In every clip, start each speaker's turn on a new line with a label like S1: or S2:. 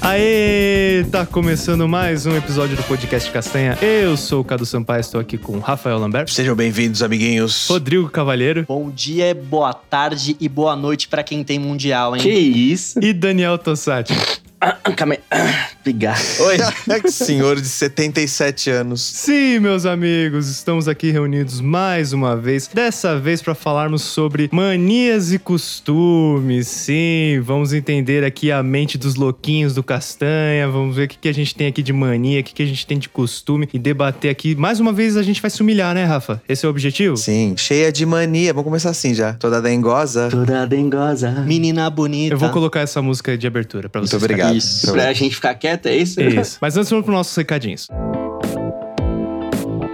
S1: Aê, tá começando mais um episódio do Podcast Castanha. Eu sou o Cadu Sampaio, estou aqui com Rafael Lambert,
S2: Sejam bem-vindos, amiguinhos.
S1: Rodrigo Cavalheiro
S3: Bom dia, boa tarde e boa noite pra quem tem mundial, hein?
S4: Que isso?
S1: e Daniel Tossati.
S4: Ah, calma aí. Ah, Obrigado.
S2: Oi. Senhor de 77 anos.
S1: Sim, meus amigos, estamos aqui reunidos mais uma vez, dessa vez para falarmos sobre manias e costumes. Sim, vamos entender aqui a mente dos louquinhos do Castanha, vamos ver o que, que a gente tem aqui de mania, o que, que a gente tem de costume e debater aqui. Mais uma vez a gente vai se humilhar, né, Rafa? Esse é o objetivo?
S2: Sim, cheia de mania. Vamos começar assim já. Toda dengosa.
S4: Toda dengosa.
S3: Menina bonita.
S1: Eu vou colocar essa música de abertura pra
S2: tá. Muito
S1: vocês.
S2: obrigado.
S4: Isso. É,
S2: Muito
S4: Pra gente ficar quieto, é isso?
S1: É isso. Mas antes vamos para nossos recadinhos.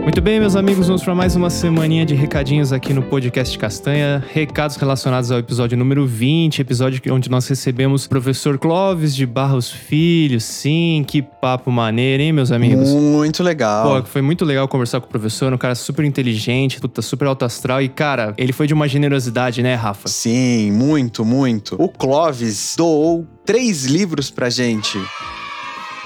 S1: Muito bem, meus amigos, vamos para mais uma semaninha de recadinhos aqui no Podcast Castanha. Recados relacionados ao episódio número 20, episódio que- onde nós recebemos o professor Clóvis de Barros Filho. Sim, que papo maneiro, hein, meus amigos?
S2: Muito
S1: Pô,
S2: legal.
S1: foi muito legal conversar com o professor, um cara super inteligente, puta, super alto astral. E, cara, ele foi de uma generosidade, né, Rafa?
S2: Sim, muito, muito. O Clóvis doou três livros pra gente.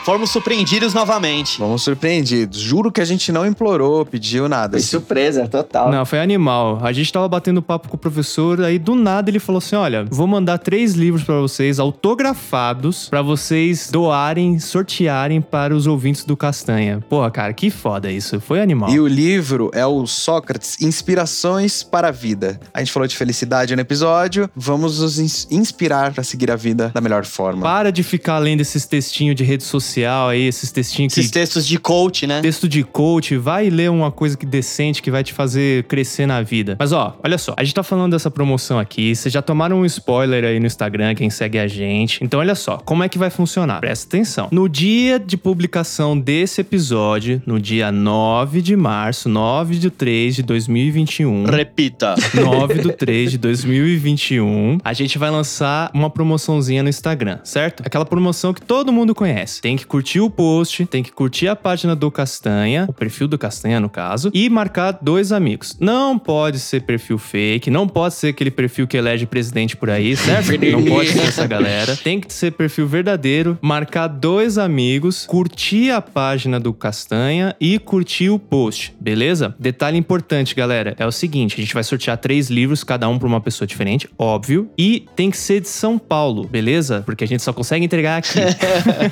S3: Fomos surpreendidos novamente.
S2: Vamos surpreendidos. Juro que a gente não implorou, pediu nada.
S4: Foi surpresa,
S2: Ah.
S4: total.
S1: Não, foi animal. A gente tava batendo papo com o professor, aí do nada ele falou assim: "Olha, vou mandar três livros pra vocês autografados pra vocês doarem, sortearem para os ouvintes do Castanha". Porra, cara, que foda isso. Foi animal.
S2: E o livro é o Sócrates, Inspirações para a Vida. A gente falou de felicidade no episódio. Vamos nos ins- inspirar pra seguir a vida da melhor forma.
S1: Para de ficar lendo esses textinhos de rede social aí, esses textinhos que
S3: Esses textos de coach, né?
S1: texto de coach, vai ler uma coisa que decente que vai te fazer crescer na vida. Mas ó, olha só, a gente tá falando dessa promoção aqui, vocês já tomaram um spoiler aí no Instagram, quem segue a gente. Então olha só, como é que vai funcionar? Presta atenção. No dia de publicação desse episódio, no dia 9 de março, 9 de 3 de 2021.
S3: Repita.
S1: 9 do 3 de 2021, a gente vai lançar uma promoçãozinha no Instagram, certo? Aquela promoção que todo mundo conhece. Tem que curtir o post, tem que curtir a página do Castanha, o perfil do Castanha, no caso, e marcar dois amigos. Não pode ser perfil fake, não pode ser aquele perfil que elege presidente por aí, certo? Não pode ser essa galera. Tem que ser perfil verdadeiro, marcar dois amigos, curtir a página do Castanha e curtir o post, beleza? Detalhe importante, galera, é o seguinte, a gente vai sortear três livros, cada um pra uma pessoa diferente, óbvio, e tem que ser de São Paulo, beleza? Porque a gente só consegue entregar aqui.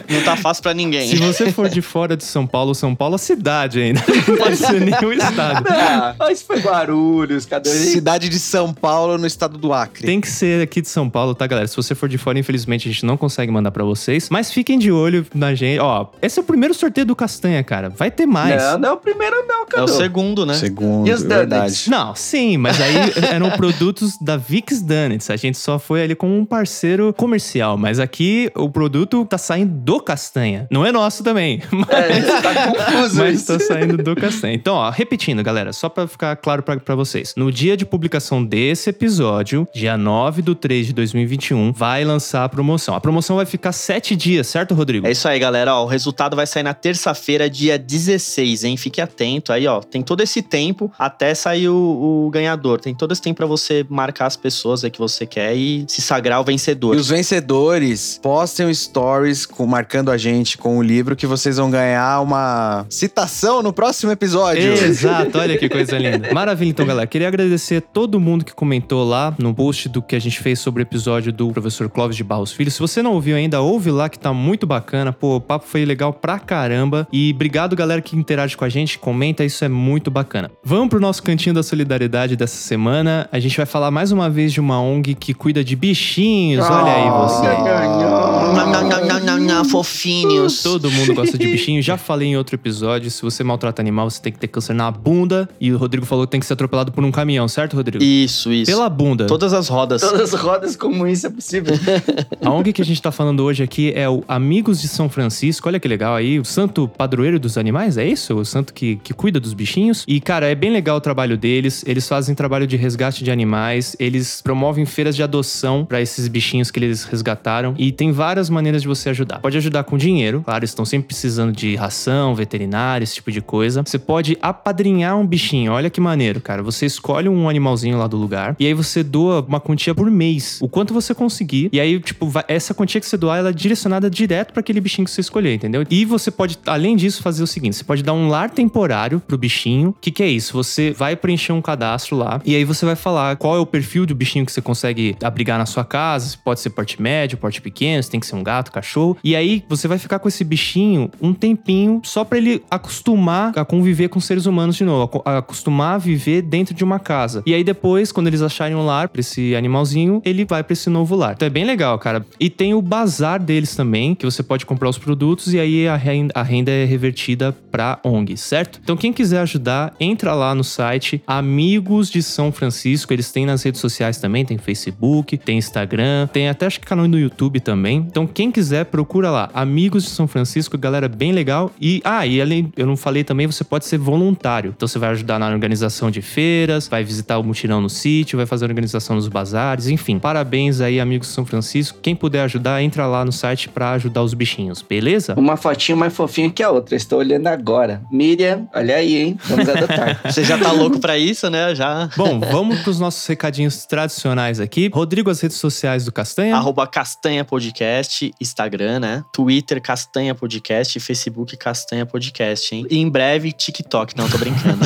S3: Não tá fácil pra ninguém.
S1: Se você for de fora de São Paulo, São Paulo é cidade ainda, não pode ser nenhum estado.
S4: Ah, mas foi Guarulhos, cadê?
S2: Cidade de São Paulo, no estado do Acre.
S1: Tem que ser aqui de São Paulo, tá, galera? Se você for de fora, infelizmente a gente não consegue mandar pra vocês. Mas fiquem de olho na gente. Ó, esse é o primeiro sorteio do Castanha, cara. Vai ter mais.
S4: Não, não é o primeiro não,
S3: É
S4: cadê?
S3: o segundo, né?
S2: Segundo,
S4: E os
S2: verdade.
S1: Não, sim, mas aí eram produtos da Vix Donuts. A gente só foi ali como um parceiro comercial. Mas aqui o produto tá saindo do Castanha. Não é nosso também.
S4: É, tá confuso
S1: Mas
S4: isso.
S1: tá saindo do castanho. Então, ó, repetindo, galera, só pra ficar claro pra, pra vocês. No dia de publicação desse episódio, dia 9 do 3 de 2021, vai lançar a promoção. A promoção vai ficar sete dias, certo, Rodrigo?
S3: É isso aí, galera. Ó, o resultado vai sair na terça-feira, dia 16, hein? Fique atento aí, ó. Tem todo esse tempo até sair o, o ganhador. Tem todo esse tempo pra você marcar as pessoas aí que você quer e se sagrar o
S2: E
S3: vencedor.
S2: os vencedores, postem stories com- marcando a gente com o livro que vocês vão ganhar uma citação no próximo episódio.
S1: Exato, olha que coisa linda. Maravilha, então, galera. Queria agradecer a todo mundo que comentou lá no post do que a gente fez sobre o episódio do professor Clóvis de Barros Filho. Se você não ouviu ainda, ouve lá que tá muito bacana. Pô, o papo foi legal pra caramba. E obrigado, galera, que interage com a gente, comenta, isso é muito bacana. Vamos pro nosso cantinho da solidariedade dessa semana. A gente vai falar mais uma vez de uma ONG que cuida de bichinhos. Olha aí
S4: Ah,
S1: você.
S3: Não, não, não, não, não, não, fofinhos.
S1: Todo mundo gosta de bichinho. Já falei em outro episódio: se você maltrata animal, você tem que ter câncer na bunda. E o Rodrigo falou que tem que ser atropelado por um caminhão, certo, Rodrigo?
S3: Isso, isso.
S1: Pela bunda.
S3: Todas as rodas.
S4: Todas as rodas como isso é possível.
S1: A ONG que a gente tá falando hoje aqui é o Amigos de São Francisco. Olha que legal aí. O santo padroeiro dos animais, é isso? O santo que, que cuida dos bichinhos. E, cara, é bem legal o trabalho deles. Eles fazem trabalho de resgate de animais. Eles promovem feiras de adoção pra esses bichinhos que eles resgataram. E tem várias maneiras de você ajudar. Pode ajudar com dinheiro. dinheiro. Claro, estão sempre precisando de ração, veterinário, esse tipo de coisa. Você pode apadrinhar um bichinho. Olha que maneiro, cara. Você escolhe um animalzinho lá do lugar e aí você doa uma quantia por mês, o quanto você conseguir. E aí, tipo, vai- essa quantia que você doar, ela é direcionada direto pra aquele bichinho que você escolher, entendeu? E você pode, além disso, fazer o seguinte: você pode dar um lar temporário pro bichinho. O que, que é isso? Você vai preencher um cadastro lá e aí você vai falar qual é o perfil do bichinho que você consegue abrigar na sua casa. Se pode ser porte médio, porte pequeno, se tem que ser um gato, cachorro. E aí você vai ficar com esse bichinho um tempinho só pra ele acostumar a conviver com seres humanos de novo, aco- a acostumar a viver dentro de uma casa. E aí depois, quando eles acharem um lar pra esse animalzinho, ele vai pra esse novo lar. Então é bem legal, cara. E tem o bazar deles também, que você pode comprar os produtos e aí a renda, a renda é revertida pra ONG, certo? Então quem quiser ajudar, entra lá no site Amigos de São Francisco. Eles têm nas redes sociais também, tem Facebook, tem Instagram, tem até acho que canal no YouTube também. Então quem quiser, procura lá. Amigos de São Francisco, galera bem legal. E, ah, e além, eu não falei também, você pode ser voluntário. Então você vai ajudar na organização de feiras, vai visitar o mutirão no sítio, vai fazer a organização nos bazares, enfim. Parabéns aí, amigos de São Francisco. Quem puder ajudar, entra lá no site pra ajudar os bichinhos, beleza?
S4: Uma fotinha mais fofinha que a outra. Estou olhando agora. Miriam, olha aí, hein? Vamos adotar.
S3: Você já tá louco pra isso, né? Já.
S1: Bom, vamos pros nossos recadinhos tradicionais aqui. Rodrigo, as redes sociais do Castanha.
S3: Arroba Castanha Podcast, Instagram, né? Twitter, Castanha Podcast, Facebook, Castanha Podcast, hein? E em breve, TikTok. Não, tô brincando.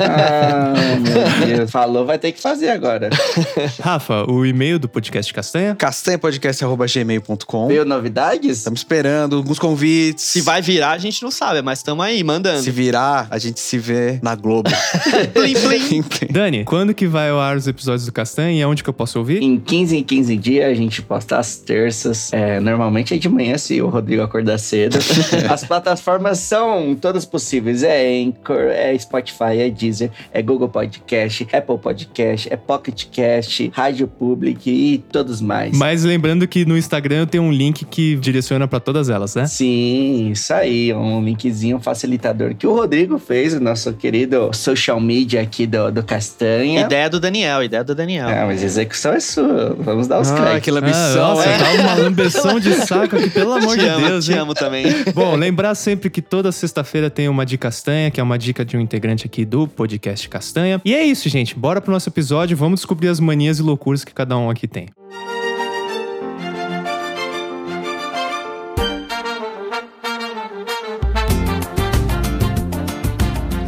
S4: ah, meu Deus. Falou, vai ter que fazer agora.
S1: Rafa, o e-mail do podcast Castanha.
S2: castanhapodcast.gmail.com.
S4: Veio novidades?
S2: Estamos esperando alguns convites.
S3: Se vai virar, a gente não sabe, mas tamo aí, mandando.
S2: Se virar, a gente se vê na Globo.
S3: Plim, plim.
S1: Dani, quando que vai ao ar os episódios do Castanha e onde que eu posso ouvir?
S4: Em 15 em 15 dias a gente posta às terças. É, normalmente é de manhã se o Rodrigo acordar cedo. As plataformas são todas possíveis. É Anchor, é Spotify, é Deezer, é Google Podcast, Apple Podcast, é Pocket Cast, Rádio Public e todos mais.
S1: Mas lembrando que no Instagram eu tenho um link que direciona pra todas elas, né?
S4: Sim, isso aí, um linkzinho facilitador que o Rodrigo fez, o nosso querido social media aqui do, do Castanha.
S3: Ideia do Daniel, ideia do Daniel.
S4: Ah, mas a execução é sua, vamos dar os
S2: ah,
S4: créditos.
S2: que lambição,
S1: ah, nossa,
S2: é.
S1: dá uma lambeção de saco aqui, pelo amor
S3: né? te
S1: de
S3: amo,
S1: Deus,
S3: te
S1: hein?
S3: amo também.
S1: Bom, lembrar sempre que toda sexta-feira tem uma dica castanha, que é uma dica de um integrante aqui do podcast Castanha. E é isso, gente. Bora pro nosso episódio, vamos descobrir as manias e loucuras que cada um aqui tem.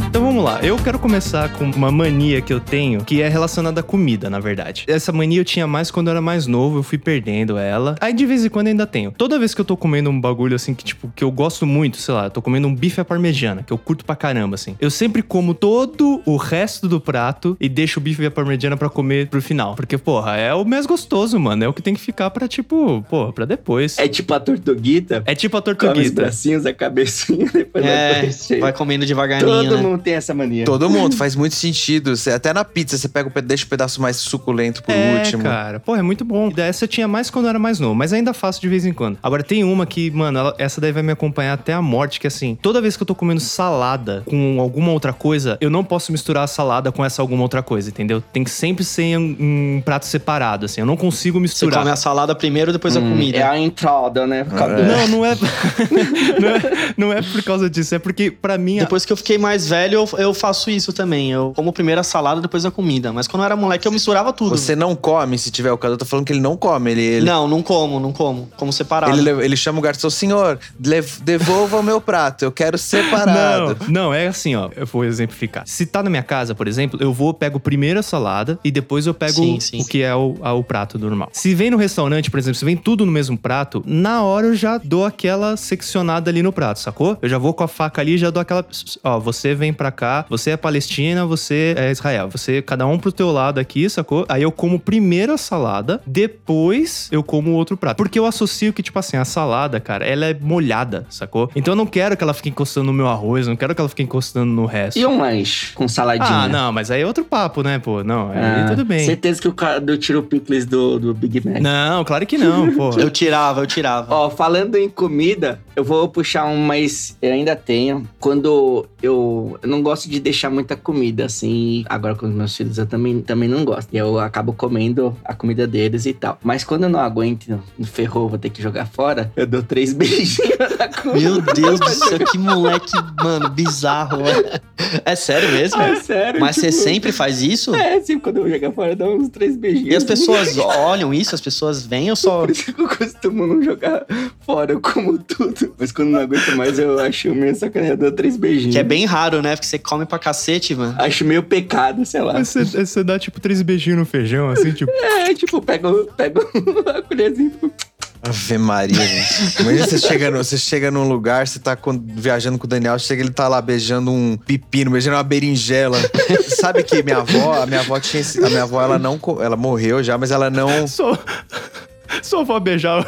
S1: Então vamos lá, eu quero começar com uma mania que eu tenho, que é relacionada à comida, na verdade. Essa mania eu tinha mais quando eu era mais novo, eu fui perdendo ela. Aí de vez em quando eu ainda tenho. Toda vez que eu tô comendo um bagulho assim que tipo que eu gosto muito, sei lá, eu tô comendo um bife à parmegiana, que eu curto pra caramba assim. Eu sempre como todo o resto do prato e deixo o bife à parmegiana pra comer pro final, porque porra, é o mais gostoso, mano, é o que tem que ficar pra tipo, porra, pra depois.
S4: É tipo a tortuguita,
S1: É tipo a
S4: come os
S1: tortuguita.
S4: Tá bracinhos, a cabecinha, depois vai
S3: É,
S4: pro recheio.
S3: vai comendo devagarinho,
S4: Todo
S3: né?
S4: mundo tem essa mania.
S2: Todo mundo, faz muito sentido. Você- até na pizza, você pega o ped- deixa o pedaço mais suculento por
S1: é,
S2: último.
S1: cara. Porra, é muito bom. E Essa eu tinha mais quando eu era mais novo, mas ainda faço de vez em quando. Agora, tem uma que, mano, ela- essa daí vai me acompanhar até a morte, que assim, toda vez que eu tô comendo salada com alguma outra coisa, eu não posso misturar a salada com essa alguma outra coisa, entendeu? Tem que sempre ser um, um prato separado, assim. Eu não consigo
S3: Você
S1: misturar.
S3: come a salada primeiro, depois a comida.
S4: É a entrada, né?
S1: Não, não é... não é. Não é por causa disso. É porque, pra mim, a-
S3: Depois que eu fiquei mais velho, eu, eu faço isso também. Eu como primeiro a salada, depois a comida. Mas quando eu era moleque, eu misturava tudo.
S2: Você não come se tiver o caso. Eu tô falando que ele não come. Ele, ele,
S3: Não, não como, não como. Como separado.
S2: ele, le- ele chama o garçom, senhor, lev- devolva o meu prato, eu quero
S3: tá
S2: separado.
S1: Não, não, é assim, ó. Eu vou exemplificar. Se tá na minha casa, por exemplo, eu vou, pego primeiro a salada e depois eu pego
S3: Sim, sim.
S1: o que é o, a- o prato normal. Se vem no restaurante, por exemplo, se vem tudo no mesmo prato, na hora eu já dou aquela seccionada ali no prato, sacou? Eu já vou com a faca ali e já dou aquela. Ó, você vem pra cá, você é Palestina, você é Israel. Você, cada um pro teu lado aqui, sacou? Aí eu como primeiro a salada, depois eu como o outro prato. Porque eu associo que, tipo assim, a salada, cara, ela é molhada, sacou? Então eu não quero que ela fique encostando no meu arroz, não quero que ela fique encostando no resto.
S4: E um lanche com saladinha?
S1: Ah, não, mas aí é outro papo, né, pô? Não, aí
S4: Ah,
S1: tudo bem.
S4: Certeza que o cara do tiro picles do, do Big Mac.
S1: Não, claro que não, pô.
S3: Eu tirava, eu tirava.
S4: Ó, falando em comida, eu vou puxar um, mas eu ainda tenho. Quando eu. eu não gosto de deixar muita comida assim. Agora com os meus filhos eu também, também não gosto. E eu acabo comendo a comida deles e tal. Mas quando eu não aguento, ferrou, vou ter que jogar fora, eu dou três beijinhos na comida.
S3: Meu Deus do céu, que moleque, mano, bizarro. né? É sério mesmo?
S4: É sério.
S3: Mas você
S4: tipo,
S3: sempre faz isso?
S4: É, assim, quando eu vou jogar fora, eu dou uns três beijinhos.
S3: E as pessoas olham isso? As pessoas veem ou só.
S4: Por isso que eu costumo não jogar fora, eu como tudo. Mas quando não aguento mais, eu acho meio sacanagem, eu dou três beijinhos.
S3: Que é bem raro, né? Porque você come pra cacete, mano.
S4: Acho meio pecado, sei lá.
S1: Mas Você, você dá tipo três beijinhos no feijão, assim, tipo.
S4: É, tipo, pega, pega a colherzinha e fico-
S2: Ave Maria, gente. Imagina você chega, no- você chega num lugar, você tá com- viajando com o Daniel, chega ele tá lá beijando um pepino, beijando uma berinjela. Sabe que minha avó, a minha avó tinha esse- a minha avó ela não, co- ela morreu já, mas ela não,
S1: Só. Só vou beijar.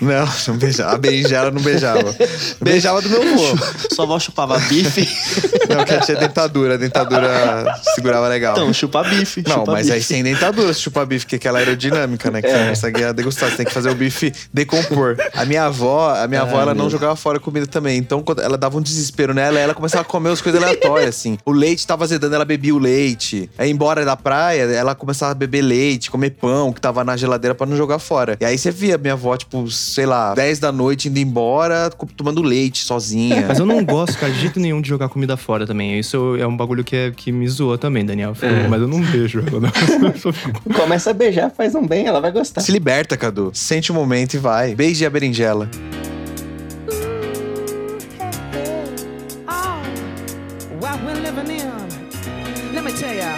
S2: não, não beijava, a berinjela não beijava. Beijava do meu avô.
S3: Sua avó chupava bife.
S2: Não, que ela tinha dentadura, a dentadura segurava legal.
S3: Então, chupa bife.
S2: Não,
S3: chupa
S2: mas aí
S3: bife. É.
S2: sem dentadura se chupa bife, porque aquela aerodinâmica, né? Que você não consegue degustar, você tem que fazer o bife decompor. A minha avó, a minha avó, ela não jogava fora comida também. Então, quando ela dava um desespero nela, ela começava a comer as coisas aleatórias, assim. O leite tava azedando, ela bebia o leite. Aí, embora da praia, ela começava a beber leite, comer pão que tava na geladeira pra não jogar fora. E aí você via a minha avó, tipo, sei lá, 10 da noite indo embora, co- tomando leite sozinha.
S1: Mas eu não gosto, cara, de jeito nenhum de jogar comida fora também. Isso é um bagulho que, é- que me zoou também, Daniel. Falou, Mas eu não beijo ela, não. Eu só fico-
S4: Começa a beijar, faz um bem, ela vai gostar.
S2: Se liberta, Cadu. Sente o momento e vai. Beije a berinjela.
S5: Oh, what we're living in. Let me tell ya.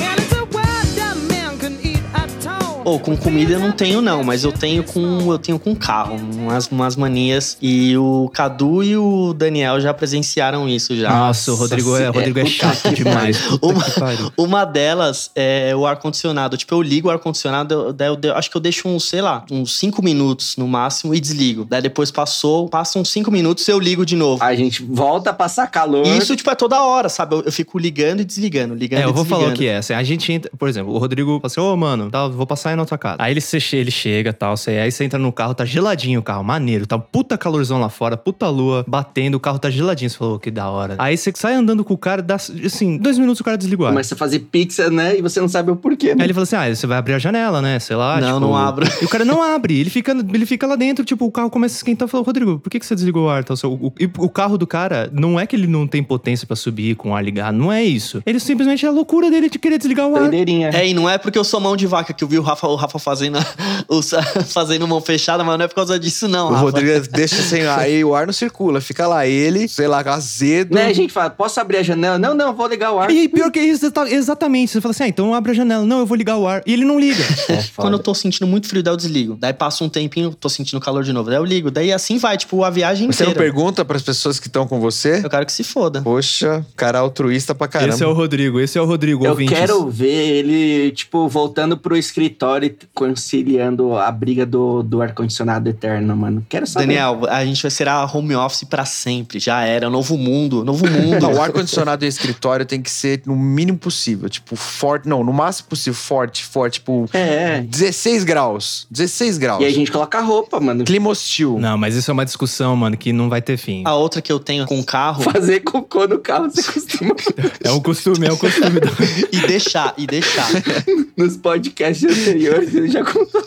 S5: And it's a world that man can eat at all.
S3: Ou com comida eu não tenho não, mas eu tenho com eu tenho com carro, umas, umas manias e o Cadu e o Daniel já presenciaram isso já.
S1: Nossa, o Rodrigo é, o Rodrigo é chato demais. Puta
S3: Uma-
S1: que pariu.
S3: Uma delas é o ar-condicionado. Tipo, eu ligo o ar-condicionado, eu- daí eu, de- acho que eu deixo uns, sei lá, uns 5 minutos no máximo e desligo. Daí depois passou, passa uns 5 minutos e eu ligo de novo.
S4: A gente volta a passar calor.
S3: E isso, tipo, é toda hora, sabe? Eu, eu fico ligando e desligando, ligando
S1: É, eu
S3: e
S1: vou
S3: desligando.
S1: falar o que é. Assim, a gente entra, por exemplo, o Rodrigo fala assim: Ô, mano, tá, vou passar aí na tua casa. Aí ele, você che- ele chega tal, você, aí você entra no carro, tá geladinho o carro, maneiro, tá um puta calorzão lá fora, puta lua batendo, o carro tá geladinho. Você falou, que da hora. Aí você sai andando com o cara, dá, assim, dois minutos o cara desligou. Aí
S4: Começa a fazer pizza, né? E você não sabe o porquê. né?
S1: ele fala assim: ah, você vai abrir a janela, né? Sei lá.
S3: Não,
S1: tipo-
S3: não abro.
S1: E o cara não abre, ele fica, ele fica lá dentro, tipo, o carro começa a esquentar. Falou, Rodrigo, por que, que você desligou o ar? Tal, seu- o, e o carro do cara, não é que ele não tem potência pra subir com o ar ligado, não é isso. Ele simplesmente é a loucura dele de querer desligar
S4: um
S1: o ar.
S4: Doideirinha.
S3: É, e não é porque eu sou mão de vaca que eu vi o Rafa, o Rafa fazendo, o Sa- fazendo mão fechada, mas não é por causa disso, não.
S2: O
S3: Rafa.
S2: Rodrigo deixa sem ar, aí o ar não circula, fica lá ele, sei lá, azedo.
S4: Né, a gente fala, posso abrir a janela? Não, não, vou ligar o ar.
S1: E aí, pior que isso, tá- exatamente. Você fala assim, ah, então abre a janela. Não, eu vou ligar o ar. E ele não liga.
S3: Quando eu tô sentindo muito frio, daí eu desligo. Daí passa um tempinho, tô sentindo calor de novo. Daí eu ligo. Daí assim vai, tipo, a viagem
S2: Você não
S3: inteira.
S2: pergunta pras pessoas que estão com você?
S3: Eu quero que se foda.
S2: Poxa, cara altruísta pra caramba.
S1: Esse é o Rodrigo, esse é o Rodrigo,
S4: Eu
S1: ouvintes.
S4: quero ver ele, tipo, voltando pro escritório e t- conciliando a briga do, do ar-condicionado eterno, mano. Quero saber.
S3: Daniel, a gente vai ser a home office pra sempre. Já era. Novo mundo, novo
S2: Não, o
S3: mundo.
S2: ar-condicionado em escritório tem que ser no mínimo possível. Tipo, forte. Não, no máximo possível, forte, forte. Tipo,
S4: É, é.
S2: 16 graus. 16 graus.
S4: E aí a gente coloca a roupa, mano.
S2: Clima hostil.
S1: Não, mas isso é uma discussão, mano, que não vai ter fim.
S3: a outra que eu tenho com carro
S4: Fazer cocô no carro, você costuma.
S1: É um costume, é um costume. do-
S3: e deixar, e deixar.
S4: Nos podcasts anteriores, ele já contou.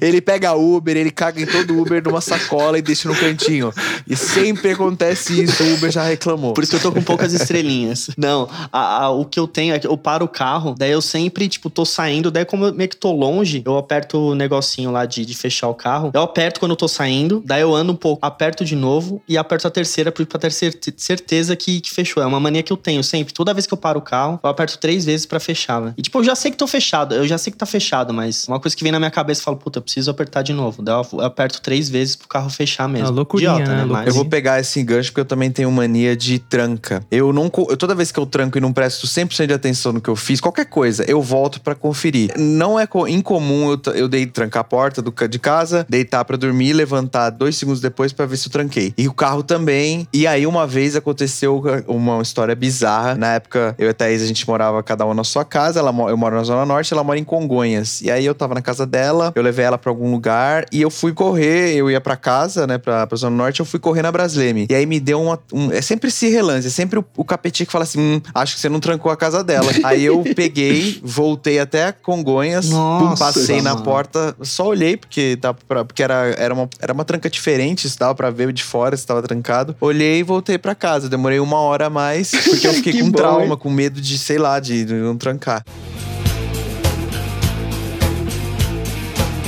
S2: ele pega Uber, ele caga em todo Uber numa sacola e deixa no cantinho. E sempre acontece isso, o Uber já reclamou.
S3: Por isso que eu tô com poucas estrelinhas. Não, a- a- o que eu tenho é que eu paro o carro, daí eu sempre, tipo, tô saindo, daí como eu meio que tô longe, eu aperto o negocinho lá de, de fechar o carro. Eu aperto quando eu tô saindo, daí eu ando um pouco, aperto de novo e aperto a terceira pra pra ter cer- certeza que, que fechou. É uma mania que eu tenho sempre. Toda vez que eu paro o carro, eu aperto três vezes pra fechar, né? E tipo, eu já sei que tô fechado, eu já sei que tá fechado, mas uma coisa que vem na minha cabeça, eu falo, puta, eu preciso apertar de novo. Daí eu aperto três vezes pro carro fechar mesmo.
S1: Ah, loucurinha,
S3: Idiota,
S1: né?
S3: né?
S1: Loucura.
S2: Eu vou pegar esse gancho porque eu também tenho mania de tranca. Eu não. co- Eu, toda vez que eu tranco e não presto 100% de atenção no que eu fiz, qualquer coisa, eu volto pra conferir. Não é co- incomum eu, t- eu dei trancar a porta do ca- de casa, deitar pra dormir, levantar dois segundos depois pra ver se eu tranquei. E o carro também. E aí uma vez aconteceu uma história bizarra. Na época, eu e a Thaís, a gente morava cada um na sua casa casa, ela, mo- eu moro na Zona Norte, ela mora em Congonhas. E aí eu tava na casa dela, eu levei ela pra algum lugar e eu fui correr, eu ia pra casa, né, pra, pra Zona Norte, eu fui correr na Brasleme. E aí me deu uma- um. É sempre esse relance, é sempre o, o capetinho que fala assim: hum, acho que você não trancou a casa dela. aí eu peguei, voltei até Congonhas, pum,
S3: Nossa,
S2: passei na
S3: mano.
S2: porta, só olhei, porque, tá pra, porque era, era, uma, era uma tranca diferente, se dava pra ver de fora, se tava trancado. Olhei e voltei pra casa. Demorei uma hora a mais, porque eu fiquei
S4: Que
S2: com
S4: bom,
S2: trauma,
S4: hein?
S2: com medo de, sei lá, de não trancar.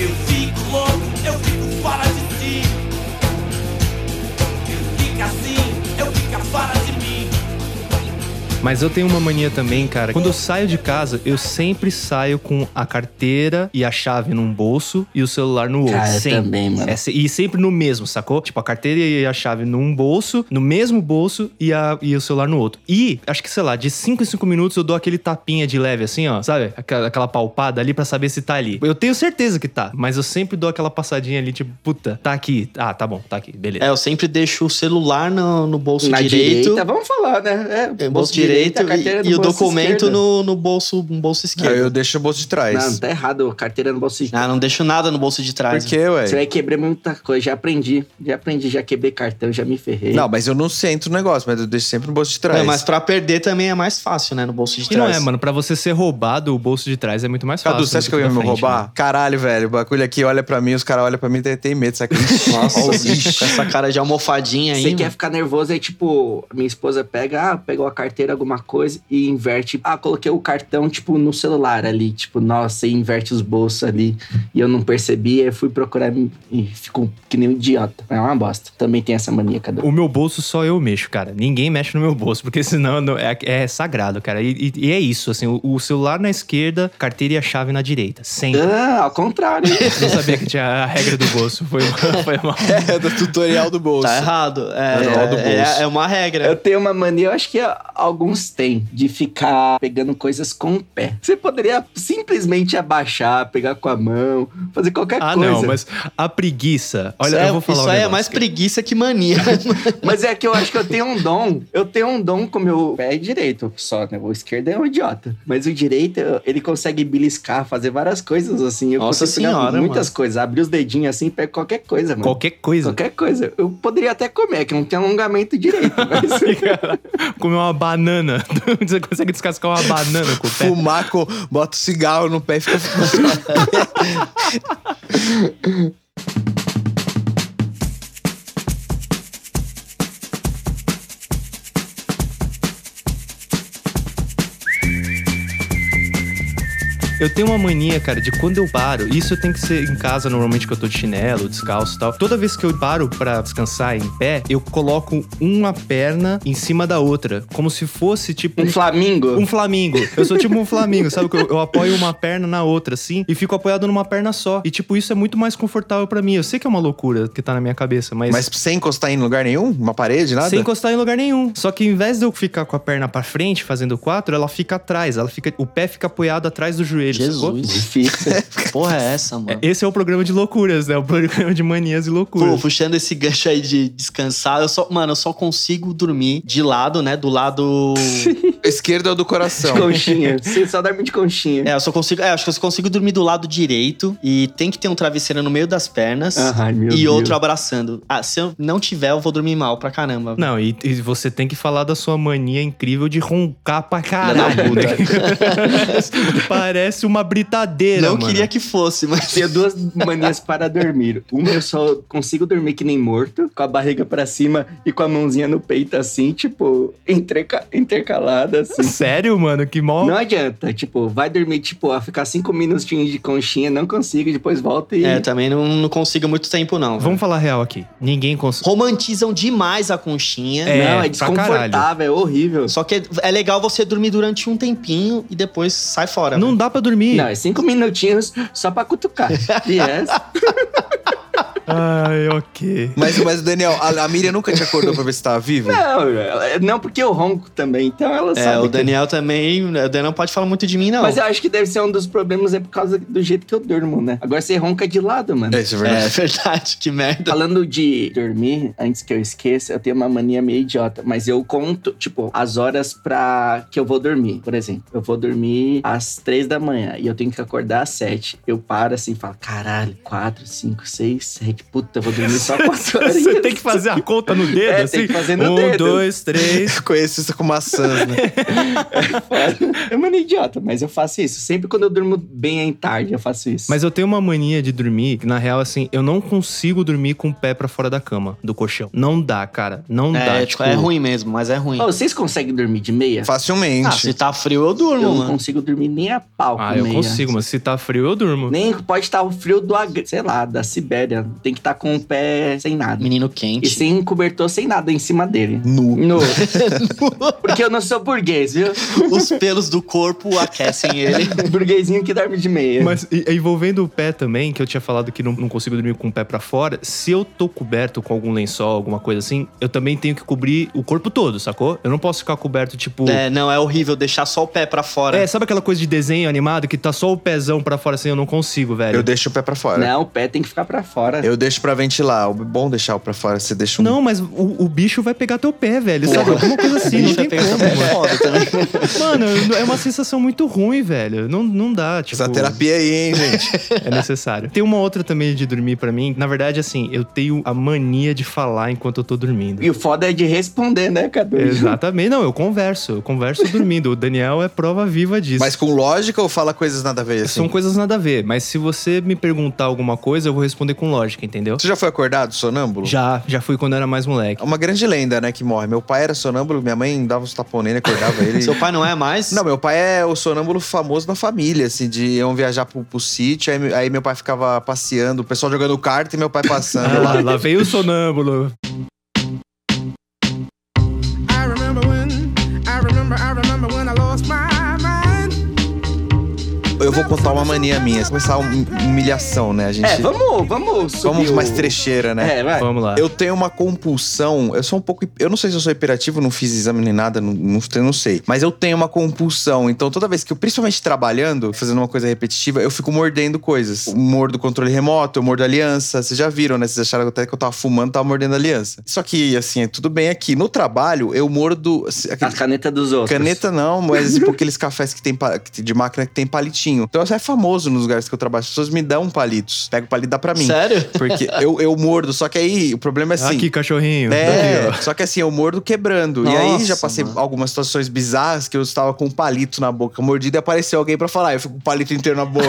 S6: Eu fico louco, eu fico fora de si. Eu fico assim, eu fico fora de mim.
S1: Mas eu tenho uma mania também, cara. Quando eu saio de casa, eu sempre saio com a carteira e a chave num bolso e o celular no outro.
S4: Cara, eu
S1: sempre.
S4: também, mano.
S1: É, se- e sempre no mesmo, sacou? Tipo, a carteira e a chave num bolso, no mesmo bolso e, a- e o celular no outro. E, acho que, sei lá, de 5 em 5 minutos eu dou aquele tapinha de leve assim, ó. Sabe? Aquela, aquela palpada ali pra saber se tá ali. Eu tenho certeza que tá, mas eu sempre dou aquela passadinha ali, tipo, puta, tá aqui. Ah, tá bom, tá aqui, beleza.
S3: É, eu sempre deixo o celular no, no bolso
S4: Na
S3: direito.
S4: direita, vamos falar, né? É,
S3: bolso, direito,
S4: a carteira
S3: e,
S4: no
S3: e o
S4: bolso
S3: documento
S4: esquerdo.
S3: no, no bolso, no bolso
S2: Aí
S3: esquerdo.
S2: Ah, eu deixo o bolso de
S4: Não,
S2: trás.
S4: tá errado, carteira no bolso esquerdo.
S3: Ah, não deixo nada no bolso de trás.
S2: Por quê, ué?
S4: Você vai quebrar muita coisa, já aprendi. Já aprendi, já quebrei cartão, já me ferrei.
S2: Não, mas eu não sento o negócio, mas eu deixo sempre no bolso de trás.
S3: É, mas pra perder também é mais fácil, né? No bolso de
S1: E
S3: trás.
S1: não é, mano, pra você ser roubado, o bolso de trás é muito mais fácil.
S2: Cadu, você acha
S1: do
S2: que eu ia
S1: da
S2: me
S1: frente,
S2: roubar?
S1: né?
S2: Caralho, velho. O bagulho aqui olha pra mim, os caras olham pra mim e tem medo. Sabe?
S3: Nossa, com essa cara de almofadinha aí.
S4: Você
S3: mano.
S4: quer ficar nervoso, aí tipo, minha esposa pega, ah, pegou a carteira, alguma coisa, e inverte. Ah, coloquei o cartão, tipo, no celular ali. Tipo, nossa, e inverte os bolsos ali. E eu não percebi, aí fui procurar e ficou que nem um idiota. É uma bosta. Também tem essa mania, um. cadê?
S1: O meu bolso só eu mexo, cara. Ninguém mexe no meu bolso, porque senão não- é, é sagrado, cara. E, e- e é isso, assim, o, o celular na esquerda, carteira e a chave na direita. Sempre.
S4: Ah, ao contrário.
S1: Não sabia que tinha a regra do bolso. Foi, foi mal.
S2: é, do tutorial do bolso.
S3: Tá errado.
S2: Manual do
S3: É, é,
S2: bolso.
S3: é uma
S4: Eu
S3: regra.
S4: tenho uma mania, eu acho que alguns têm, de ficar pegando coisas com o pé. Você poderia simplesmente abaixar, pegar com a mão, fazer qualquer
S1: Ah,
S4: coisa.
S1: não, mas a preguiça. Olha,
S3: é isso é,
S1: eu vou falar
S3: isso
S1: um
S3: aí é
S1: negócio,
S3: mais
S1: cara.
S3: preguiça que mania.
S4: Mas é que eu acho que eu tenho um dom. Eu tenho um dom com o meu pé direito só, né? O esquerdo é um idiota. Mas o direito, ele consegue beliscar, fazer várias coisas assim. Eu
S3: Nossa
S4: consigo pegar
S3: senhora,
S4: Muitas coisas. Abrir os dedinhos assim, pega qualquer coisa, mano.
S1: Qualquer coisa.
S4: Qualquer coisa. Eu poderia até comer, que não tem alongamento direito. Mas...
S1: Comer uma banana. Você consegue descascar uma banana com o pé.
S2: Fumar com. Bota o cigarro no pé e fica fumando.
S1: Eu tenho uma mania, cara, de quando eu paro, isso tem que ser em casa normalmente que eu tô de chinelo, descalço e tal. Toda vez que eu paro pra descansar em pé, eu coloco uma perna em cima da outra, como se fosse tipo
S4: Um flamingo.
S1: um flamingo. Eu sou tipo um flamingo, sabe? Que eu, eu apoio uma perna na outra, assim, e fico apoiado numa perna só. E, tipo, isso é muito mais confortável pra mim. Eu sei que é uma loucura que tá na minha cabeça, mas.
S2: Mas sem encostar em lugar nenhum? Uma parede, nada?
S1: Sem encostar em lugar nenhum. Só que em vez de eu ficar com a perna pra frente, fazendo quatro, ela fica atrás. Ela fica, o pé fica apoiado atrás do joelho. sacou?
S3: Jesus.
S4: Difícil.
S3: Porra, é essa, mano?
S1: Esse é o programa de loucuras, né? O programa de manias e
S3: Pô,
S1: loucuras.
S3: puxando esse gancho aí de descansar, eu só, mano, eu só consigo dormir de lado, né? Do lado.
S2: Esquerdo é o do coração.
S4: Conchinha. Você só dorme de conchinha.
S3: é, eu só consigo. É, acho que eu só consigo dormir do lado direito e tem que ter um travesseiro no meio das pernas
S4: Ai, Ah, meu
S3: e
S4: Deus.
S3: outro abraçando. Ah, se eu não tiver, eu vou dormir mal pra caramba.
S1: Não, e, e você tem que falar da sua mania incrível de roncar pra caralho.
S3: puta.
S1: né? Parece uma britadeira,
S3: Não
S1: mano.
S3: queria que fosse, mas.
S4: Tenho duas manias para dormir. Uma, eu só consigo dormir que nem morto, com a barriga pra cima e com a mãozinha no peito, assim, tipo, entreca- intercalada, assim.
S1: Sério, mano? Que mó...
S4: Não adianta, tipo, vai dormir, tipo, a ficar cinco minutinhos de conchinha, não consigo, depois volta e.
S3: É, também não, não consigo muito tempo, não.
S1: Vamos falar real aqui. Ninguém consegue...
S3: Romantizam demais a conchinha.
S1: É,
S4: não, é
S1: pra caralho.
S4: desconfortável, é horrível.
S3: Só que é- é legal você dormir durante um tempinho e depois sai fora.
S1: Não
S3: velho.
S1: dá pra dormir.
S4: Não, é cinco minutinhos só pra cutucar. E é
S1: Ai, ok.
S2: Mas, mas Daniel, a, a Miriam nunca te acordou pra ver se tava viva?
S4: Não, ela- não, porque eu ronco também, então ela
S3: É,
S4: sabe.
S3: o
S4: que-
S3: Daniel também. O Daniel não pode falar muito de mim, não.
S4: Mas eu acho que deve ser um dos problemas é por causa do jeito que eu durmo, né? Agora você ronca de lado, mano.
S2: É, isso é
S3: É
S2: verdade.
S3: verdade, que
S1: Então,
S3: merda.
S4: Falando de dormir, antes que eu esqueça, eu tenho uma mania meio idiota, mas eu conto, tipo, as horas pra que eu vou dormir. Por exemplo, eu vou dormir às três da manhã e eu tenho que acordar às sete. Eu paro assim e falo, caralho, quatro, cinco, seis, sete. Puta, eu vou dormir só quatro horas.
S1: Você tem que fazer a conta no dedo,
S4: É, tem
S1: assim?
S4: que fazer no
S1: um,
S4: dedo.
S1: dois, três.
S2: Conheço isso com maçãs, né?
S4: É uma mania idiota, mas eu faço isso. Sempre quando eu durmo bem em tarde, eu faço isso.
S1: Mas eu tenho uma mania de dormir, que na real, assim, eu não consigo dormir com o pé pra fora da cama, do colchão. Não dá, cara. Não dá.
S3: É,
S1: tipo,
S3: é ruim mesmo, mas é ruim.
S4: Ô, vocês conseguem dormir de meia?
S2: Facilmente.
S3: Ah, se tá frio, eu durmo,
S4: eu não
S3: mano.
S4: consigo dormir nem a pau
S1: Ah,
S4: com
S1: eu
S4: meia.
S1: consigo, mas se tá frio, eu durmo.
S4: Nem pode estar o frio do, Agri- sei lá, da Sibéria. Tem que estar com o pé sem nada.
S3: Menino
S4: E
S3: quente.
S4: sem cobertor, sem nada em cima dele.
S2: Nu.
S4: No. Porque eu não sou burguês, viu?
S3: Os pelos do corpo aquecem ele.
S4: Burguesinho que dorme de meia.
S1: Mas e- envolvendo o pé também, que eu tinha falado que não, não consigo dormir com o pé pra fora, se eu tô coberto com algum lençol, alguma coisa assim, eu também tenho que cobrir o corpo todo, sacou? Eu não posso ficar coberto, tipo. É.
S3: É, não, é horrível deixar só o pé pra fora.
S1: sabe aquela coisa de desenho animado que tá só o pezão pra fora assim? Eu não consigo, velho.
S2: Eu deixo o pé pra fora.
S4: Não, o pé tem que ficar pra fora.
S2: Eu deixo pra ventilar. É bom deixar o pra fora. Você deixa um.
S1: Não, mas o, o bicho vai pegar teu pé, velho. Sabe?
S3: Porra.
S1: Alguma coisa assim, não
S3: Bicho
S1: tem
S3: pega
S1: como.
S3: também, é
S1: mano.
S3: foda também.
S1: Mano, eu- é uma sensação muito ruim, velho. Não, não dá, tipo.
S2: Essa terapia aí, hein, gente?
S1: É necessário. Tem uma outra também de dormir pra mim. Na verdade, assim, eu tenho a mania de falar enquanto eu tô dormindo.
S4: E o foda é de responder, né, Cadu?
S1: Exatamente. Não, eu converso. Eu converso dormindo. O Daniel é prova viva disso.
S2: Mas com lógica ou fala coisas nada a ver assim?
S1: São coisas nada a ver. Mas se você me perguntar alguma coisa, eu vou responder com lógica, entendeu?
S2: Você já foi acordado, sonâmbulo?
S1: Já, já fui quando eu era mais
S2: É
S1: moleque.
S2: uma grande lenda, né, que morre. Meu pai era sonâmbulo, minha mãe dava uns tapão nele, acordava ele.
S3: Seu pai não é mais?
S2: Não, meu pai é o sonâmbulo famoso da família, assim, de iam viajar pro, pro sítio, aí, me- aí meu pai ficava passeando, o pessoal jogando carta e meu pai
S1: Ah,
S2: passando
S1: lá,
S2: lá.
S1: lá veio o sonâmbulo.
S5: I remember when, I remember, I remember when I lost my mind.
S2: Eu vou contar uma mania minha, começar uma humilhação, né, a gente...
S4: É, vamos, vamos subir
S2: vamos
S4: o-
S2: mais trecheira, né?
S4: É, vai.
S1: Vamos lá.
S2: Eu tenho uma compulsão, eu sou um pouco. Eu não sei se eu sou hiperativo, não fiz exame nem nada, não, não, eu não sei. Mas eu tenho uma compulsão. Então, toda vez que eu, principalmente trabalhando, fazendo uma coisa repetitiva, eu fico mordendo coisas. Eu mordo controle remoto, eu mordo aliança. Vocês já viram, né? Vocês acharam até que eu tava fumando, tava mordendo aliança. Só que, assim, é tudo bem aqui. No trabalho, eu mordo. assim,
S4: A
S2: aquele-
S4: caneta dos outros.
S2: Caneta não, mas tipo aqueles cafés que tem pa- que tem- de máquina que tem palitinho. Então isso é famoso nos lugares que eu trabalho. As pessoas me dão palitos. Pega o palito e dá pra mim.
S3: Sério?
S2: Porque eu, eu mordo, só que aí o problema é
S3: Ah,
S2: assim.
S1: Aqui, cachorrinho.
S2: É, só que assim, eu mordo quebrando. e aí
S3: Nossa,
S2: já passei
S3: mano.
S2: algumas situações bizarras que eu estava com um palito na boca mordido e apareceu alguém pra falar, eu fico com o palito inteiro na boca.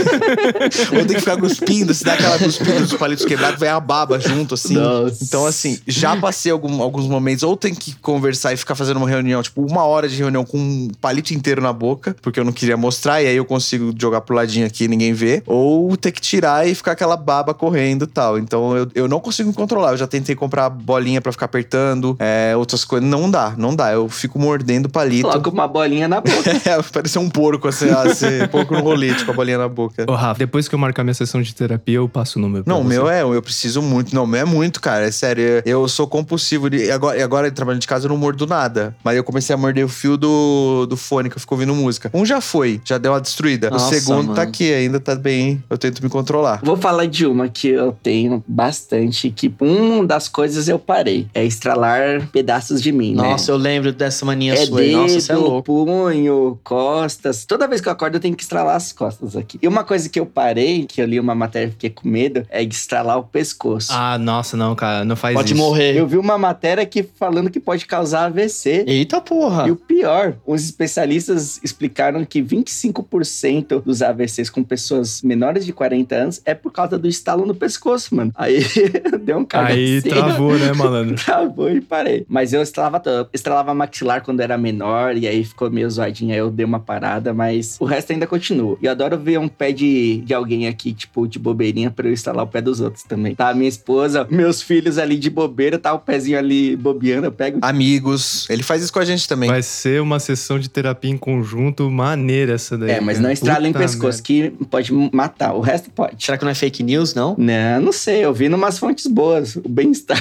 S2: Ou tem que ficar cuspindo, se dá aquela cuspida dos palitos quebrados, vai a baba junto, assim.
S4: Nossa.
S2: Então, assim, já passei algum- alguns momentos, ou tem que conversar e ficar fazendo uma reunião, tipo, uma hora de reunião com um palito inteiro na boca, porque eu não queria mostrar, e aí eu consigo jogar pro ladinho aqui e ninguém vê. Ou ter que tirar e ficar aquela baba correndo e tal. Então eu, eu não consigo me controlar. Eu já tentei comprar bolinha pra ficar apertando, é, outras coisas. Não dá, não dá. Eu fico mordendo o palito.
S4: Coloca uma bolinha na boca.
S2: É, parecia um porco, assim, ah, esse porco no rolete com a bolinha na boca.
S1: Ô, Rafa, depois que eu marcar minha sessão de terapia, eu passo o número. pra
S2: Não, o
S1: você.
S2: meu é, eu preciso muito. Não, o meu é muito, cara. É sério. Eu eu sou compulsivo. De, e agora, e agora, trabalhando de casa, eu não mordo nada. Mas eu comecei a morder o fio do, do fone que eu fico ouvindo música. Um já foi, já deu uma destruída. o
S3: Nossa,
S2: segundo tá
S3: mano.
S2: aqui, ainda tá bem. Eu tento me controlar.
S4: Vou falar de uma que eu tenho bastante, que tipo, uma das coisas eu parei. É estralar pedaços de mim, né?
S3: Nossa, eu lembro dessa mania
S4: É
S3: sua aí.
S4: dedo,
S3: Nossa, você é louco.
S4: punho, costas. Toda vez que eu acordo, eu tenho que estralar as costas aqui. E uma coisa que eu parei, que eu li uma matéria e fiquei com medo, é de estralar o pescoço.
S1: Ah, nossa, não, cara. Não faz
S3: Pode
S1: isso.
S3: morrer.
S4: Eu vi uma matéria que falando que pode causar AVC.
S3: Eita porra.
S4: E o pior, os especialistas explicaram que 25% dos AVCs com pessoas menores de 40 anos é por causa do estalo no pescoço, mano. Aí deu um cara
S1: Aí travou, né, malandro?
S4: Travou e parei. Mas eu estralava, to- estralava maxilar quando era menor, e aí ficou meio zoadinho, aí eu dei uma parada, mas o resto ainda continua. E eu adoro ver um pé de, de alguém aqui, tipo, de bobeirinha, pra eu estralar o pé dos outros também. Tá, minha esposa, meus filhos ali de bobeira, tá o pezinho ali bobeando, eu pego.
S2: Amigos. Ele faz isso com a gente também.
S1: Vai ser uma sessão de terapia em conjunto maneira essa daí.
S4: É, mas não estrala em
S1: Puta
S4: pescoço, que pode matar. O resto pode. Né,
S3: Será que não é fake news, não?
S4: Não, não sei. Eu vi numas fontes boas. O bem-estar.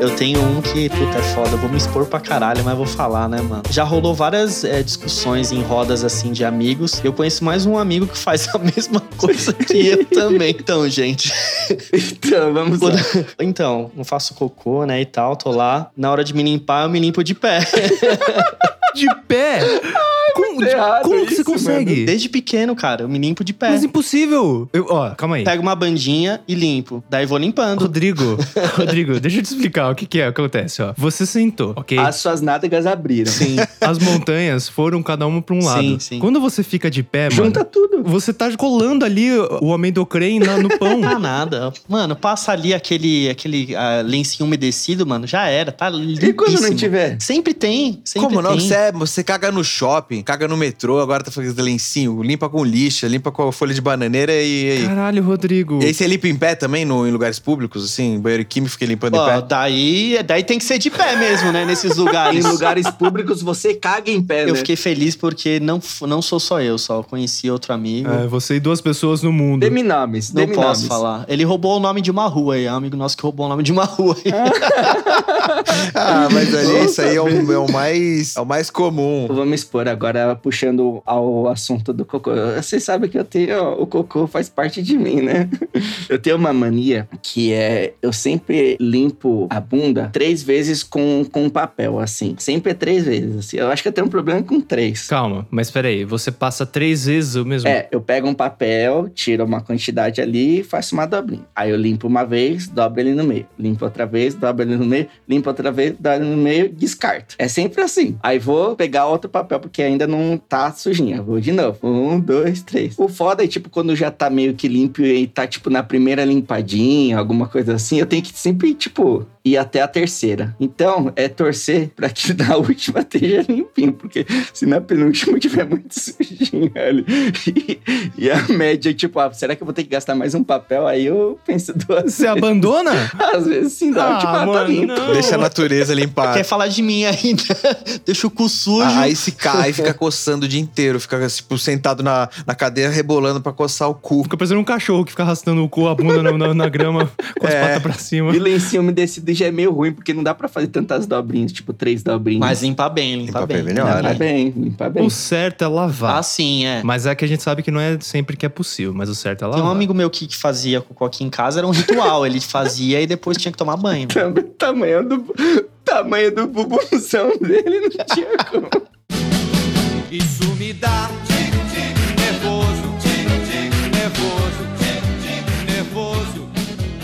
S3: Eu tenho um que, puta, é foda. Eu vou me expor pra caralho, mas vou falar, né, mano? Já rolou várias é, discussões em rodas, assim, de amigos. Eu conheço mais um amigo que faz a mesma coisa que eu também. Então, gente.
S4: Então, vamos lá.
S3: quando- Então, não faço cocô, né, e tal. Tô lá. Na hora de me limpar, eu me limpo de pé.
S1: De pé? como de-
S4: errado
S1: como que
S4: isso,
S1: você consegue?
S3: Desde pequeno, cara, eu me limpo de pé.
S1: Mas impossível! Eu, ó, calma aí.
S3: Pego uma bandinha e limpo. Daí vou limpando.
S1: Rodrigo, Rodrigo, deixa eu te explicar o que que é, o que acontece, ó. Você sentou, ok?
S4: As suas nádegas abriram.
S3: Sim.
S1: As montanhas foram cada uma pra um
S3: Sim,
S1: lado.
S3: sim.
S1: Quando você fica de pé,
S4: Junta tudo.
S1: mano, você tá colando ali o amendoim na- no pão.
S3: Tá nada. Mano, passa ali aquele, aquele ah, lencinho umedecido, mano, já era. Tá limpíssimo.
S4: E quando não tiver?
S3: Sempre tem. Sempre
S2: Como não?
S3: tem.
S2: Você, é- você caga no shopping, caga no metrô, agora tá fazendo lencinho, limpa com lixa, limpa com a folha de bananeira e. e-
S1: Caralho, Rodrigo.
S2: E aí você limpa em pé também no, em lugares públicos, assim, banheiro químico, fica limpando
S3: Ó,
S2: em pé.
S3: daí, daí tem que ser de pé mesmo, né? Nesses
S4: Em
S3: lugares.
S4: lugares públicos, você caga em pé,
S3: Eu
S4: né?
S3: fiquei feliz porque não, f- não sou só eu, só. Eu Conheci outro amigo.
S1: É, você e duas pessoas no mundo.
S4: Dê-me nomes.
S3: Não
S4: dê-me
S3: posso
S4: nomes.
S3: falar. Ele roubou o nome de uma rua aí. É um amigo nosso que roubou o nome de uma rua aí.
S2: Ah, mas ali isso aí é o, é o mais, é o mais comum.
S4: Eu vou me expor agora, puxando ao assunto do cocô. Vocês sabem que eu tenho. O cocô faz parte de mim, né? Eu tenho uma mania que é. Eu sempre limpo a bunda três vezes com, com papel, assim. Sempre é três vezes. Assim. Eu acho que eu tenho um problema com três.
S1: Calma, mas peraí, você passa três vezes o mesmo.
S4: É, eu pego um papel, tiro uma quantidade ali e faço uma dobrinha. Aí eu limpo uma vez, dobro ele no meio. Limpo outra vez, dobro ele no meio. Limpo outra vez, dobro ele no meio, descarto. É sempre assim. Aí vou pegar outro papel porque ainda não tá sujinha. Vou de novo. Um, dois, três. O foda é, tipo, quando já tá meio que limpo e tá, tipo, na primeira limpadinha, alguma coisa assim, eu tenho que sempre, tipo, ir até a terceira. Então, é torcer pra que na última esteja limpinho, porque se na penúltima tiver muito sujinho ali. E, e a média, tipo, ah, será que eu vou ter que gastar mais um papel? Aí eu penso duas
S1: Você abandona?
S4: Às vezes sim, dá,
S1: Ah,
S4: tipo, ah, tá
S1: mano,
S4: limpo.
S1: não.
S2: Deixa a natureza limpar.
S3: Quer falar de mim ainda? Deixa o cu sujo.
S2: Ah, É. Aí se cai, fica coçando o dia inteiro, fica tipo sentado na, na cadeira rebolando pra coçar o cu.
S1: Fica parecendo um cachorro que fica arrastando o cu, a bunda na, na- na grama com as
S2: É.
S1: patas pra cima.
S4: E lencinho umedecido já é meio ruim, porque não dá pra fazer tantas dobrinhas, tipo, três dobrinhas.
S3: Mas limpar bem, limpar
S2: Limpar
S3: bem.
S2: bem é melhor,
S4: limpar
S2: né?
S4: bem, limpar bem.
S1: O certo é lavar.
S3: Ah, sim, é.
S1: Mas é que a gente sabe que não é sempre que é possível, mas o certo é
S3: Tem
S1: lavar.
S3: um amigo meu que que fazia cocô aqui em casa, era um ritual. Ele fazia e depois tinha que tomar banho.
S4: Também o tamanho do, tamanho do bubuzão dele não tinha como.
S6: Isso me dá tic, tic, nervoso, tic, tic, nervoso, tic, tic, nervoso.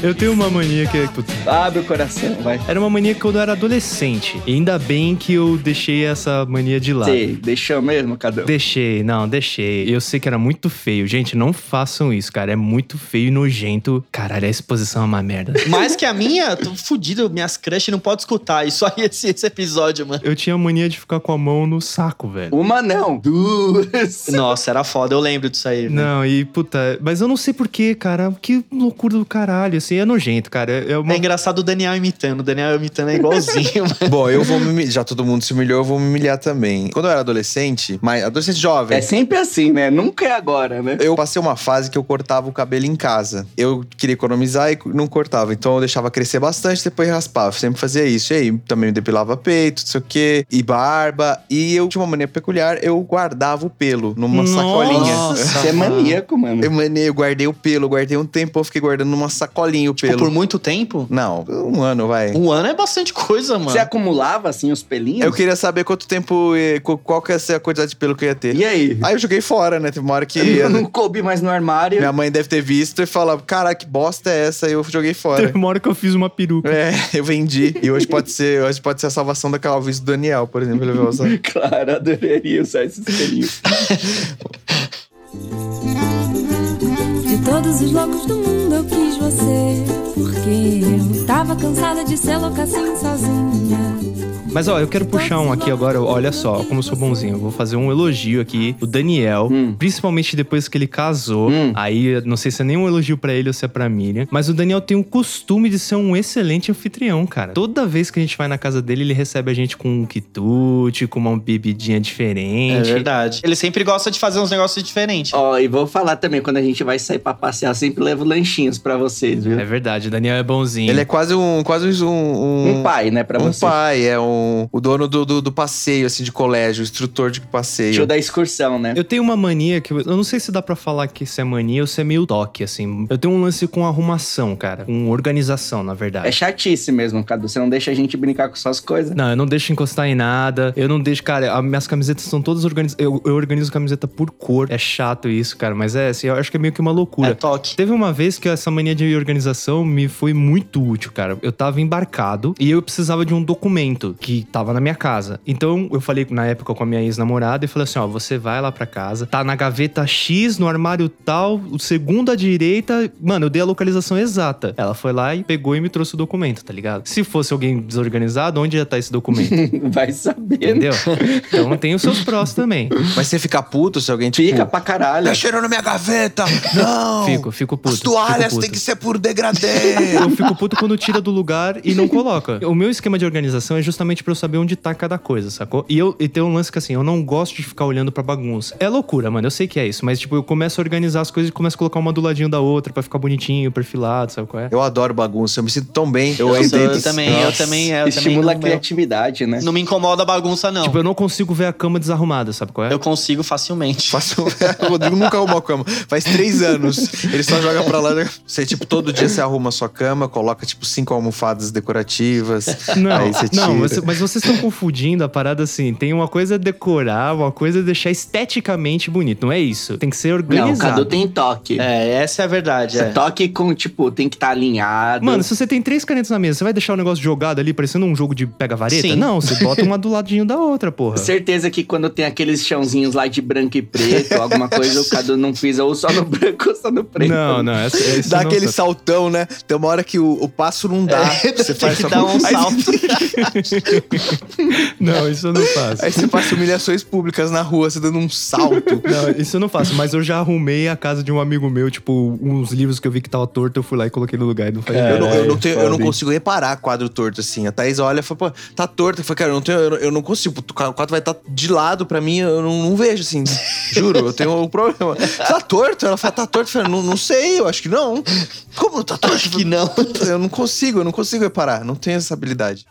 S1: Eu tenho uma mania que é. putz,
S4: Abre o coração, vai.
S1: Era uma mania que quando eu era adolescente. E ainda bem que eu deixei essa mania de lado.
S4: Sei, deixou mesmo, Cadão?
S1: Deixei, não, deixei. Eu sei que era muito feio. Gente, não façam isso, cara. É muito feio e nojento. Caralho, a exposição é uma merda.
S3: Mais que a minha, tô fudido, minhas crush não pode escutar isso aí, esse, esse episódio, mano.
S1: Eu tinha mania de ficar com a mão no saco, velho.
S4: Uma não, duas.
S3: Nossa, era foda, eu lembro disso aí. né?
S1: Não, e puta, mas eu não sei porquê, cara. Que loucura do caralho, assim, é nojento, cara. É uma...
S3: É engraçado o Daniel imitando, o Daniel imitando é igualzinho, mano.
S2: Bom, eu vou me humilhar. Já todo mundo se humilhou, eu vou me humilhar também. Quando eu era adolescente, mas adolescente jovem.
S4: É sempre assim, né? Nunca é agora, né?
S2: Eu passei uma fase que eu cortava o cabelo em casa. Eu queria economizar e não cortava. Então eu deixava crescer bastante, depois raspava. Sempre fazia isso. E aí também depilava peito, não sei o quê, e barba. E eu tinha uma mania peculiar, eu guardava o pelo numa
S1: Nossa!
S2: sacolinha.
S4: Você é maníaco, mano.
S2: Eu, manei, eu guardei o pelo, guardei um tempo, eu fiquei guardando numa sacolinha o
S3: Tipo,
S2: pelo.
S3: por muito tempo?
S2: Não, um ano, vai.
S3: Um ano é bastante coisa, mano.
S4: Você acumulava, assim, os pelinhos?
S2: Eu queria saber quanto tempo, eh, co- qual que ia ser a quantidade de pelo que eu ia ter.
S4: E aí?
S2: Aí eu joguei fora, né? Teve uma hora que
S4: Eu não coube mais no armário.
S2: minha mãe deve ter visto e falado, cara, que bosta é essa? E eu joguei
S3: né?
S2: fora.
S1: Teve uma hora que eu fiz uma peruca.
S2: É, eu vendi. E hoje pode ser, hoje pode ser a salvação da calvície do Daniel, por exemplo. Ele assim. vai usar.
S4: Claro, adoraria usar esses pelinhos.
S7: De todos os loucos do mundo eu quis você Porque eu tava cansada de ser louca assim sozinha
S1: Mas ó, eu quero puxar um aqui agora. Olha só, como eu sou bonzinho. Eu vou fazer um elogio aqui. O Daniel,
S3: Hum.
S1: principalmente depois que ele casou. Aí, eu não sei se é nem um elogio pra ele ou se é pra mim, né? Mas o Daniel tem o costume de ser um excelente anfitrião, cara. Toda vez que a gente vai na casa dele, ele recebe a gente com um quitute, com uma bebidinha
S3: É
S1: diferente.
S3: verdade. Ele sempre gosta de fazer uns negócios diferentes.
S4: Ó, e vou falar também, quando a gente vai sair pra passear, sempre levo lanchinhos pra vocês, viu?
S1: É verdade, o Daniel é bonzinho.
S2: Ele é quase um. Quase um. Um,
S4: Um pai, né, pra
S2: um
S4: vocês.
S2: pai, é um, o dono do, do, do passeio, assim, de colégio, o instrutor de
S4: Tio
S2: passeio.
S4: da excursão, né?
S1: Eu tenho uma mania que eu, eu não sei se dá pra falar que isso é mania ou se é meio toque, assim. Eu tenho um lance com arrumação, cara. Com organização, na verdade.
S4: É chatice mesmo, Cadu. Você não deixa a gente brincar com suas coisas. né?
S1: Não, eu não deixo encostar em nada. Eu não deixo, cara, as minhas camisetas são todas organizadas. Eu, eu organizo camiseta por cor. É chato isso, cara, mas é assim, eu acho que é meio que uma loucura.
S3: É toque.
S1: Teve uma vez que essa mania de organização me foi muito útil, cara. Eu tava embarcado e eu precisava de um documento que tava na minha casa. Então eu falei na época com a minha ex-namorada e falei assim: ó, você vai lá pra casa, tá na gaveta X, no armário tal, o segundo à direita. Mano, eu dei a localização exata. Ela foi lá e pegou e me trouxe o documento, tá ligado? Se fosse alguém desorganizado, onde ia tá esse documento?
S4: Vai saber. né?
S1: Entendeu? Então tem os seus prós também.
S2: Mas você fica puto se alguém, tipo...
S4: Fica pra caralho.
S2: Tá cheirando minha gaveta! Não!
S1: Fico, fico puto.
S2: As toalhas
S1: fico puto.
S2: têm que ser por degradê!
S1: Eu fico puto quando tira do lugar e não coloca. O meu esquema de organização é justamente pra eu saber onde tá cada coisa, sacou? E eu e tem um lance que assim, eu não gosto de ficar olhando pra bagunça. É loucura, mano, eu sei que é isso, mas tipo, eu começo a organizar as coisas e começo a colocar uma do ladinho da outra pra ficar bonitinho, perfilado, sabe qual é?
S2: Eu adoro bagunça, eu me sinto tão bem. Eu,
S3: Nossa,
S2: entro
S3: eu
S2: entre-
S3: também, eu
S2: Nossa.
S3: também, eu
S4: Estimula a
S3: também. não-
S4: criatividade, né?
S3: Não, me incomoda a bagunça, não.
S1: Tipo, eu não consigo ver a cama desarrumada, sabe qual é?
S3: eu consigo facilmente.
S2: Faço... um- o Rodrigo nunca arrumou a cama. Faz três anos. Ele só joga pra lá. joga- Você, tipo, todo dia você arruma a sua cama, coloca, tipo, cinco almofadas decorativas.
S1: Não,
S2: aí você tira.
S1: não você- mas vocês estão confundindo a parada assim. Tem uma coisa é decorar, uma coisa é deixar esteticamente bonito. Não é isso. Tem que ser
S4: Não, o
S1: organizado.
S4: Cadu tem toque.
S3: É, essa é a verdade. É.
S4: Toque com, tipo, tem que estar alinhado.
S1: Mano, se você tem três canetas na mesa, você vai deixar o negócio jogado ali, parecendo um jogo de pega-vareta?
S3: Sim.
S1: Não, você bota uma do ladinho da outra, porra.
S4: Certeza que quando tem aqueles chãozinhos lá de branco e preto, alguma coisa, o Cadu não pisa ou só no branco ou só no preto.
S1: Não, não, é, é isso
S2: Dá
S1: não,
S2: aquele
S1: sabe?
S2: saltão, né? Tem uma hora que o, o passo não dá. você
S3: Tem
S2: faz
S3: que
S2: só
S3: dar
S2: com-
S3: um
S2: Aí-
S3: salto.
S1: Não, isso eu não faço.
S2: Aí você passa humilhações públicas na rua, você dando um salto.
S1: Não, isso eu não faço, mas eu já arrumei a casa de um amigo meu, tipo, uns livros que eu vi que tava torto, eu fui lá e coloquei no lugar e não faz
S2: Eu não,
S1: nada.
S2: eu, não tenho- eu não consigo reparar quadro torto assim. A Thaís olha e fala, pô, tá torto. Eu falo, cara, eu não, tenho, eu, não- eu não consigo. O quadro vai estar de lado pra mim, eu não, não vejo assim. Juro, eu tenho um problema. Tá torto? Ela fala, tá torto? Eu falo, não, não sei, eu acho que não. Como tá torto? Acho que não. Eu não consigo, eu não consigo reparar. Não tenho essa habilidade.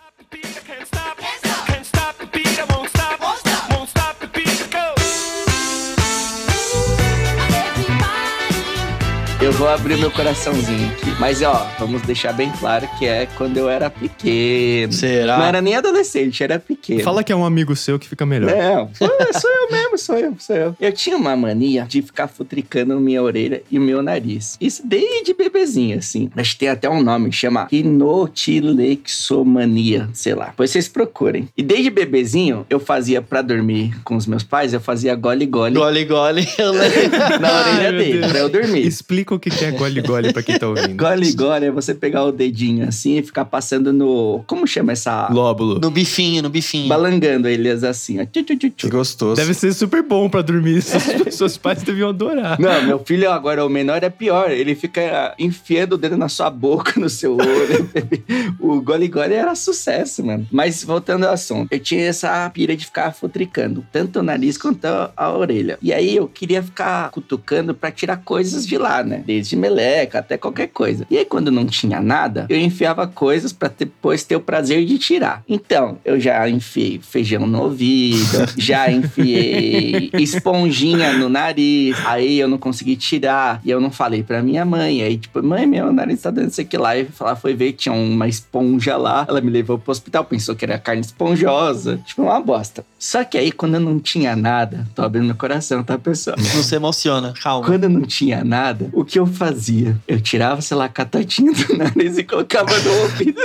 S4: Eu vou abrir meu coraçãozinho aqui. Mas, ó, vamos deixar bem claro que é quando eu era pequeno.
S3: Será?
S4: Não era nem adolescente, era pequeno.
S1: é Fala que é um amigo seu que fica melhor.
S4: Não, é, sou eu, sou eu mesmo, sou eu, sou eu. Eu tinha uma mania de ficar futricando minha orelha e meu nariz. Isso desde bebezinho, assim. Mas tem até um nome, chama rinotilexomania, sei lá. Pois vocês procurem. E desde bebezinho, eu fazia pra dormir com os meus pais, eu fazia gole-gole
S3: Gole, gole. eu lembro.
S4: na orelha
S1: Ai, meu
S4: dele,
S1: Deus.
S4: pra eu dormir.
S1: Explica o que que é gole-gole pra quem tá ouvindo.
S4: Gole-gole é você pegar o dedinho assim e ficar passando no... Como chama essa...
S1: Lóbulo.
S3: No bifinho, no bifinho.
S4: Balangando eles assim, ó. Tchu, tchu, tchu, tchu.
S2: Que gostoso.
S1: Deve ser super bom pra dormir, seus, seus pais deviam adorar.
S4: Não, meu filho agora, o menor, é pior. Ele fica ah, enfiando o dedo na sua boca, no seu olho. o Gole Gole era sucesso, mano. Mas voltando ao assunto, eu tinha essa pira de ficar futricando, tanto o nariz quanto a, a orelha. E aí eu queria ficar cutucando pra tirar coisas de lá, né? Desde meleca até qualquer coisa. E aí quando não tinha nada, eu enfiava coisas pra depois ter o prazer de tirar. Então, eu já enfiei feijão no ouvido, já enfiei esponjinha no nariz. Aí eu não consegui tirar. E eu não falei pra minha mãe. Aí, tipo, mãe, meu nariz tá dando isso aqui lá. E ela foi ver que tinha uma esponja lá. Ela me levou pro hospital, pensou que era carne esponjosa. Tipo, uma bosta. Só que aí, quando eu não tinha nada, tô abrindo meu coração, tá, pessoal?
S3: Não se emociona, calma.
S4: Quando eu não tinha nada, o que eu fazia? Eu tirava, sei lá, a catatinha do nariz e colocava no ouvido.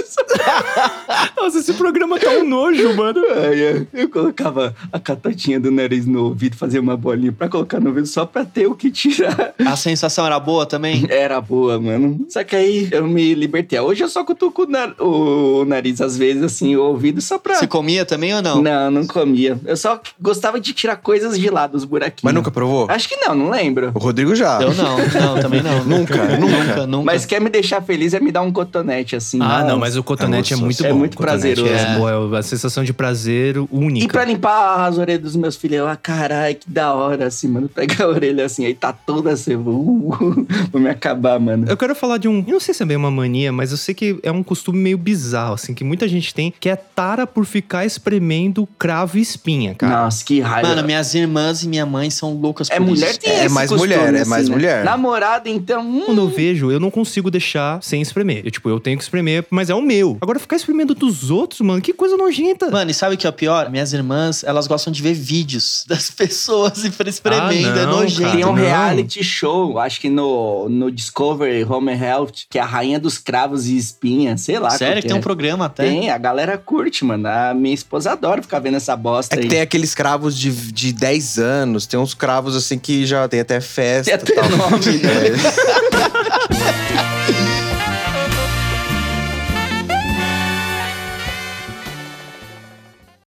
S1: Nossa, esse programa tá um nojo, mano.
S4: Ai, eu- Eu colocava a catatinha do nariz no meu ouvido, fazia uma bolinha pra colocar no ouvido só pra ter o que tirar.
S3: A sensação era boa também?
S4: Era boa, mano. Só que aí eu me libertei. Hoje eu só cutuco o, nar- o nariz, às vezes, assim, o ouvido, só pra.
S3: Você comia também ou não?
S4: Não, não comia. Eu só gostava de tirar coisas de lado, os buraquinhos.
S2: Mas nunca provou?
S4: Acho que não, não lembro.
S2: O Rodrigo já.
S3: Eu não, não, também não.
S2: Nunca,
S3: nunca, nunca.
S4: Mas quer me deixar feliz é me dar um cotonete assim.
S1: Ah, não,
S4: nossa.
S1: mas o cotonete é
S2: Nossa,
S1: muito
S4: é
S1: bom.
S4: muito
S1: O cotonete
S4: prazeroso.
S1: É,
S4: É.
S1: boa, é uma sensação de prazer única.
S4: E pra limpar as orelhas dos meus filhos, eu, ah, caralho, que da hora, assim, mano. Pega a orelha assim, aí tá toda assim, eu vou, uh, vou me acabar, mano.
S1: Eu quero falar de um. Eu não sei se é bem uma mania, mas eu sei que é um costume meio bizarro, assim, que muita gente tem, que é tara por ficar espremendo cravo e espinha, cara.
S4: Nossa, que raiva.
S3: Mano, minhas irmãs e minha mãe são loucas
S4: é
S3: por
S4: mulher
S3: isso.
S4: tem
S2: É
S4: esse
S2: mais
S4: costume,
S2: mulher, é
S4: assim,
S2: mais
S4: né?
S2: mulher.
S4: Namorada, então. hum,
S1: Quando eu vejo, eu não consigo deixar sem espremer. Eu, tipo, eu tenho que espremer, mas é o meu. Agora, ficar espremendo dos outros, mano, que coisa nojenta.
S3: Mano, e sabe o que é o pior? Minhas irmãs, elas gostam de ver vídeos das pessoas e espremendo,
S1: Ah,
S3: é
S1: não,
S3: nojento.
S1: cara.
S4: Tem um
S1: não.
S4: reality show, acho que no, no Discovery Home and Health, que é a rainha dos cravos e espinhas, sei lá.
S3: Sério
S4: qual
S3: que tem
S4: é.
S3: um programa até?
S4: Tem, a galera curte, mano. A minha esposa adora ficar vendo essa bosta
S2: É que
S4: aí.
S2: tem aqueles cravos de, de 10 anos, tem uns cravos assim que já tem até festa.
S4: Tem até
S2: e tal.
S4: nome, né?
S2: É.